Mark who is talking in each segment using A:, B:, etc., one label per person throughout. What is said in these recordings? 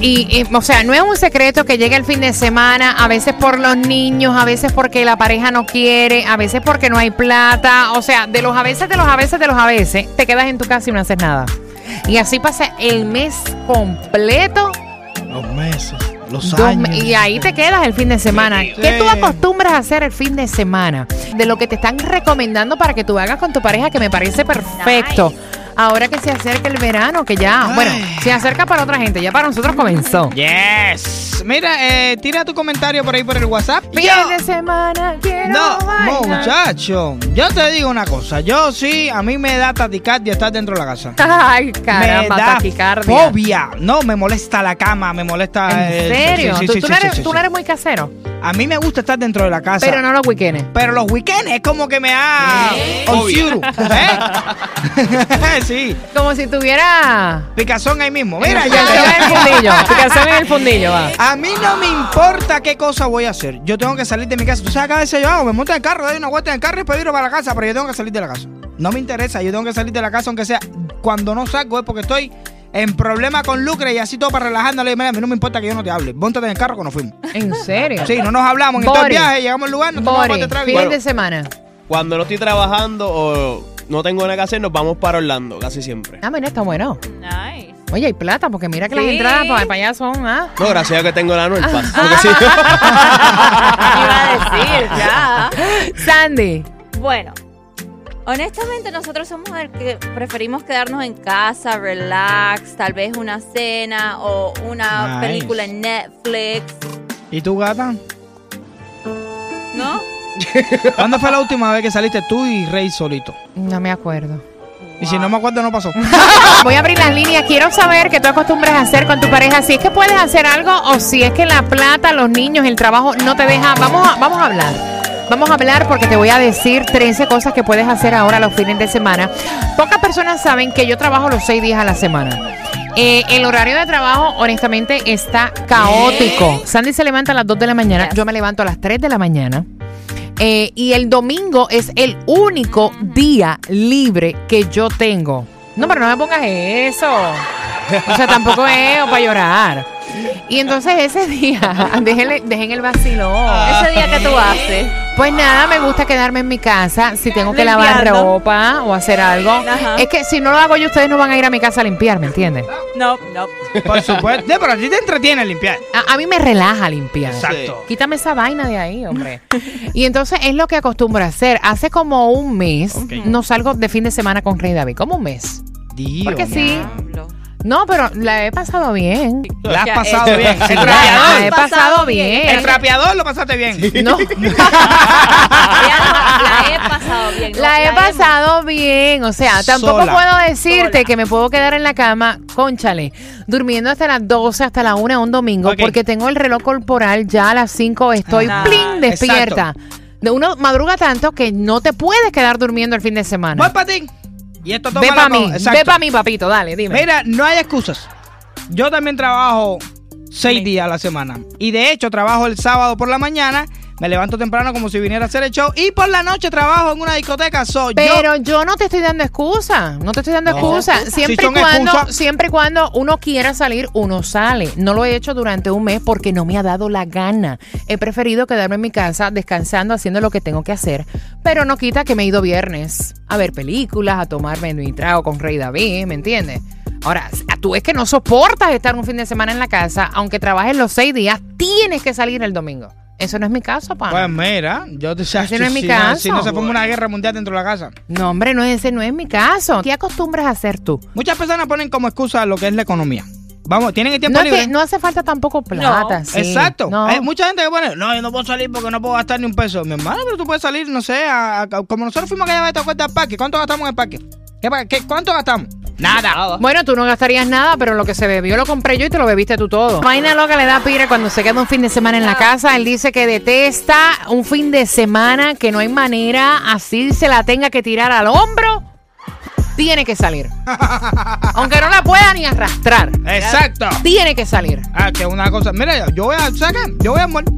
A: Y, y, o sea, no es un secreto que llega el fin de semana, a veces por los niños, a veces porque la pareja no quiere, a veces porque no hay plata. O sea, de los a veces, de los a veces, de los a veces, te quedas en tu casa y no haces nada. Y así pasa el mes completo.
B: Los meses, los
A: dos
B: años.
A: me- y ahí te quedas el fin de semana.
B: Sí.
A: ¿Qué tú acostumbras a hacer el fin de semana? De lo que te están recomendando para que tú hagas con tu pareja, que me parece perfecto. Ahora que se acerca el verano, que ya, bueno,
B: Ay.
A: se acerca para otra gente, ya para nosotros comenzó.
B: Yes. Mira, eh, tira tu comentario por ahí por el WhatsApp.
A: Fin de semana quiero
B: No,
A: bailar.
B: muchacho, yo te digo una cosa, yo sí, a mí me da taticardia estar dentro de la casa.
A: Ay,
B: me
A: caramba,
B: da
A: taquicardia.
B: fobia. No, me molesta la cama, me molesta.
A: ¿En
B: eh,
A: serio?
B: sí, sí,
A: Tú-
B: sí,
A: tú
B: sí,
A: no eres-
B: sí,
A: Tú
B: sí.
A: no eres muy casero,
B: A mí me gusta estar dentro de la casa.
A: pero no los weekendes.
B: Pero los weekends es como que me da. Osiuru, ¿eh? sí.
A: Como si tuviera...
B: Picazón ahí mismo. Mira, ya.
A: Picazón en el fundillo, picazón en el fundillo, va.
B: A mí no me importa qué cosa voy a hacer. Yo tengo que salir de mi casa. Tú sabes, cada vez yo hago, me monto en el carro, doy una vuelta en el carro y después viro para la casa, pero yo tengo que salir de la casa. No me interesa, yo tengo que salir de la casa, aunque sea cuando no salgo, es porque estoy en problema con Lucre y así todo para relajándole. Mira, a mí no me importa que yo no te hable. Montate en el carro que nos fuimos.
A: ¿En serio?
B: Sí, no nos hablamos en todo el
A: Boris.
B: viaje, llegamos al lugar, nos tomamos
A: Bori,
B: cuatro tragos. y-
A: fin de
C: Bueno.
A: semana.
C: Cuando no estoy trabajando o no tengo nada que hacer, nos vamos para Orlando, casi siempre.
A: Ah, mira, está bueno.
D: Nice.
A: Oye, hay plata, porque mira que las
D: Sí.
A: entradas para, para allá son, ¿ah?
C: No, gracias a que tengo el anuel pass. Porque si no-
A: Ah.
D: Iba a decir, ya.
A: Sandy.
D: Bueno, honestamente nosotros somos el que preferimos quedarnos en casa, relax, tal vez una cena o una
B: Nice.
D: película en Netflix,
B: ¿Y tú, gata?
D: ¿no?
B: ¿Cuándo fue la última vez que saliste tú y Rey solito?
A: No me acuerdo.
B: Y si no me acuerdo, no pasó.
A: Voy a abrir las líneas. Quiero saber qué tú acostumbras a hacer con tu pareja. Si es que puedes hacer algo o si es que la plata, los niños, el trabajo no te deja. Vamos a, vamos a hablar. Vamos a hablar porque te voy a decir 13 cosas que puedes hacer ahora los fines de semana. Pocas personas saben que yo trabajo los 6 días a la semana. Eh, el horario de trabajo, honestamente, está caótico. Sandy se levanta a las 2 de la mañana. Yo me levanto a las 3 de la mañana. Eh, y el domingo es el único día libre que yo tengo. No, pero no me pongas eso. O sea, tampoco es para llorar. Y entonces ese día, déjenle- dejen el vacilón.
D: Ese día que tú haces.
A: Pues nada, me gusta quedarme en mi casa. Si tengo que lavar
D: Limpiando.
A: ropa o hacer algo.
D: Ajá.
A: Es que si no lo hago yo, ustedes no van a ir a mi casa a limpiar, ¿me entienden?
D: No, no.
B: Por supuesto. Sí, Pero a ti te entretiene limpiar.
A: A, a mí me relaja limpiar.
B: Exacto.
A: Quítame esa vaina de ahí, hombre. y entonces es lo que acostumbro a hacer. Hace como un mes no salgo de fin de semana con Rey David. Como un mes.
B: Dios.
A: Porque sí. No,
D: Diablo.
A: Ya, eh, No, pero la he pasado bien.
B: La este, has
D: Ya,
B: pasado
D: eso.
B: bien.
D: Sí,
B: El
D: ya,
A: la he
B: trapeador.
A: pasado
D: pasado
A: bien.
B: El trapeador lo pasaste bien.
A: Eh, No,
D: Ya, la he pasado bien. ¿no?
A: la he
D: hemos-
A: pasado bien. O sea, tampoco
B: Sola.
A: puedo decirte
D: Sola.
A: que me puedo quedar en la cama, conchale, durmiendo hasta las 12, hasta la 1 un domingo,
B: Ok.
A: porque tengo el reloj corporal ya a las 5 estoy
D: Ah,
A: plin despierta. De uno madruga tanto que no te puedes quedar durmiendo el fin de semana.
B: Voy para ti. Y esto toma
A: Ve
B: la
A: para
B: cosa.
A: mí,
B: Exacto.
A: ve para mí, papito, dale, dime.
B: Mira, no hay excusas. Yo también trabajo seis días a la semana. Y de hecho, trabajo el sábado por la mañana. Me levanto temprano como si viniera a hacer el show. Y por la noche trabajo en una discoteca. Soy yo.
A: Pero yo no te estoy dando excusa, no te estoy dando
B: No.
A: excusa.
B: Si
A: Siempre y
B: son
A: cuando,
B: excusas.
A: siempre y cuando uno quiera salir, uno sale. No lo he hecho durante un mes porque no me ha dado la gana. He preferido quedarme en mi casa descansando, haciendo lo que tengo que hacer. Pero no quita que me he ido viernes a ver películas, a tomarme mi trago con Rey David, ¿me entiendes? Ahora, tú es que no soportas estar un fin de semana en la casa, aunque trabajes los seis días, tienes que salir el domingo. Eso no es mi caso, pana.
B: Pues mira, yo te
A: Ese no es mi
B: si
A: caso.
B: si no se forma una guerra mundial dentro de la casa.
A: No, hombre, no, ese no es mi caso. ¿Qué acostumbras a hacer tú?
B: Muchas personas ponen como excusa lo que es la economía. Vamos, tienen el tiempo
A: No, es
B: libre.
A: que no hace falta tampoco plata. sí.
B: Exacto.
A: No.
B: Hay mucha gente que pone, no, yo no puedo salir porque no puedo gastar ni un peso. Mi hermano, pero tú puedes salir, no sé, a- a- como nosotros fuimos aquella vez, ¿te acuerdas del parque? ¿Cuánto gastamos en el parque? ¿Qué, pa- qué- cuánto gastamos? Nada.
A: Bueno, tú no gastarías nada, pero lo que se bebió lo compré yo y te lo bebiste tú todo. Vaina loca le da a Peter cuando se queda un fin de semana en la casa. Él dice que detesta un fin de semana, que no hay manera, así se la tenga que tirar al hombro, tiene que salir. Aunque no la pueda ni arrastrar,
B: Exacto.
A: tiene que salir.
B: Ah, que una cosa. Mira, yo voy a sacar, yo voy a morir.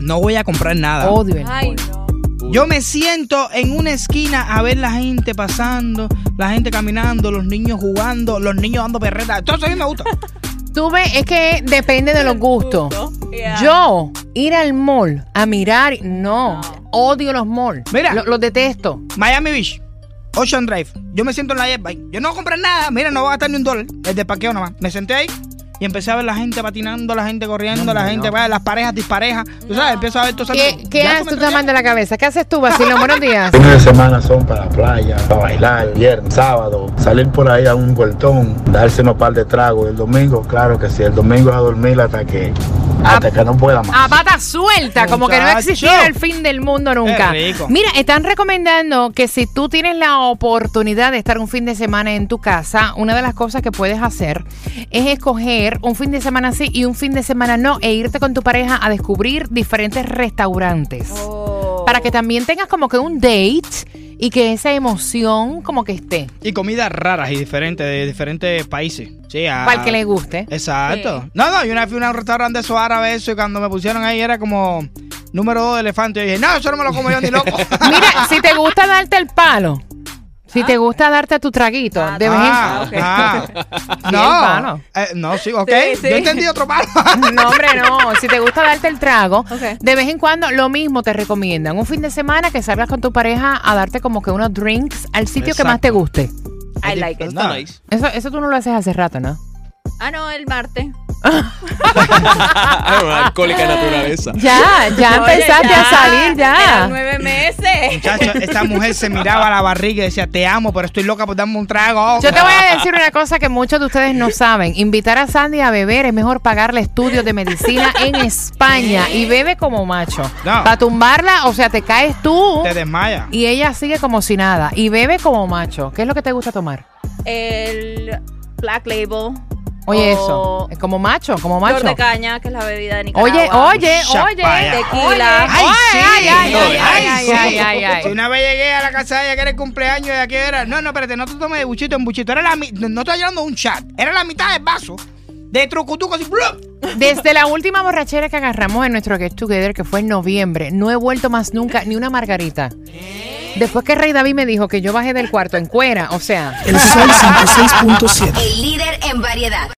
B: No voy a comprar nada.
A: Odio el
D: Ay,
A: alcohol.
D: no.
B: Yo me siento en una esquina a ver la gente pasando, la gente caminando, los niños jugando, los niños dando perretas. Entonces a mí me gusta.
A: Tú ves, es que depende de los gustos.
D: Yeah.
A: Yo ir al mall a mirar, no, odio los malls.
B: Mira.
A: Lo- los detesto.
B: Miami Beach, Ocean Drive. Yo me siento en la jet bike. Yo no voy a comprar nada. Mira, no voy a gastar ni un dólar. Es de paqueo nomás. Me senté ahí y empecé a ver la gente patinando, la gente corriendo, la gente, vaya, las parejas disparejas. Tú sabes, empiezo a ver todo
A: ¿Qué, qué haces tú te mandas la cabeza? ¿Qué haces tú, Basilio? Buenos días.
E: Fines de semana son para la playa, para bailar, viernes, sábado, salir por ahí a un vueltón, darse unos par de tragos. El domingo, claro que sí, el domingo es a dormir hasta que, hasta que no pueda más.
A: A pata suelta, como que no
B: Muchacho.
A: existiera el fin del mundo nunca.
B: Qué rico.
A: Mira, están recomendando que si tú tienes la oportunidad de estar un fin de semana en tu casa, una de las cosas que puedes hacer es escoger un fin de semana sí y un fin de semana no e irte con tu pareja a descubrir diferentes restaurantes.
D: Oh.
A: Para que también tengas como que un date y que esa emoción como que esté.
B: Y comidas raras y diferentes de diferentes países. Sí, a-
A: Para el que le guste.
B: Eh. Exacto.
D: Sí.
B: No, no, yo una vez fui a un restaurante de esos árabes eso, y cuando me pusieron ahí era como número dos de elefante. Yo dije, no, eso no me lo como yo ni loco.
A: Mira, si te gusta darte el palo, si te gusta darte tu traguito,
D: Ah,
A: de vez en cuando.
B: Ah, ah.
A: Sí, el palo.
B: No, eh, no, sí, ok.
D: Sí, sí.
B: Yo entendí otro palo.
A: No, hombre, no. Si te gusta darte el trago,
D: Ok.
A: de vez en cuando lo mismo te recomiendan. Un fin de semana que salgas con tu pareja a darte como que unos drinks al sitio que más te guste.
D: I like it.
C: Está nice.
A: Eso, eso tú no lo haces hace rato, ¿no?
D: Ah, no, el martes.
C: Ah, una alcohólica naturaleza.
A: Ya, ya
D: Oye,
A: empezaste
D: ya,
A: a salir,
D: eran
A: ya.
D: nueve meses.
B: Muchacho, esta mujer se miraba a la barriga y decía, te amo, pero estoy loca por darme un trago.
A: Yo te voy a decir una cosa que muchos de ustedes no saben. Invitar a Sandy a beber es mejor pagarle estudios de medicina en España y bebe como macho.
B: No.
A: Para tumbarla, o sea, te caes tú
B: Te desmaya.
A: y ella sigue como si nada y bebe como macho. ¿Qué es lo que te gusta tomar?
D: El Black Label.
A: Oye,
D: o
A: eso. Es como macho, como macho.
D: Oh. Flor de caña, que es la bebida de Nicaragua.
A: Oye, oye, oye.
B: Chapaya.
D: Tequila.
B: Ay, sí.
A: Ay, ay, ay,
B: Ay,
A: ay,
B: sí.
A: ay, ay, ay.
B: Si una vez llegué a la casa de ella que era el cumpleaños de aquí era. No, no, espérate, no te tomes de buchito en buchito. Era la mi- no estoy hablando de un chat. Era la mitad del vaso de trucutuco así. ¡blup!
A: Desde la última borrachera que agarramos en nuestro Get Together, que fue en noviembre, no he vuelto más nunca ni una margarita. Después que Rey David me dijo que yo bajé del cuarto en cuera, o sea.
F: El Sol 106.7.
G: El líder en variedad.